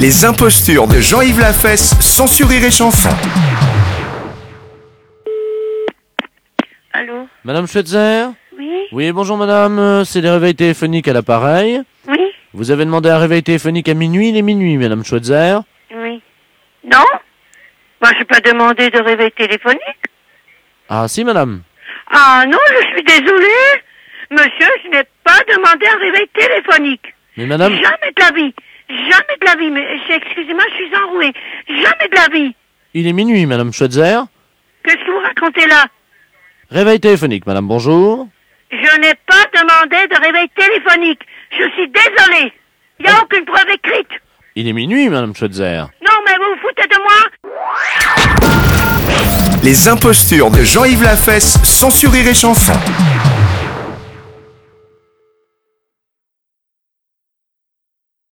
Les impostures de Jean-Yves Lafesse, sans sourire et chanson. Allô Madame Schweitzer Oui Oui, bonjour madame, euh, c'est les réveils téléphoniques à l'appareil. Oui Vous avez demandé un réveil téléphonique à minuit, il est minuit, madame Schweitzer. Oui. Non Moi, je n'ai pas demandé de réveil téléphonique. Ah si madame Ah non, je suis désolée. Monsieur, je n'ai pas demandé un réveil téléphonique. Mais madame Jamais de la vie. Jamais de la vie. Mais j'ai- excusez-moi, je suis enrouée. Jamais de la vie. Il est minuit, madame Schweitzer. Qu'est-ce que vous racontez là Réveil téléphonique, madame, bonjour. Je n'ai pas demandé de réveil téléphonique. Je suis désolée. Il n'y a aucune preuve écrite. Il est minuit, madame Schweitzer. Non, mais vous vous foutez de moi Les impostures de Jean-Yves Lafesse, sans sourire et chanson.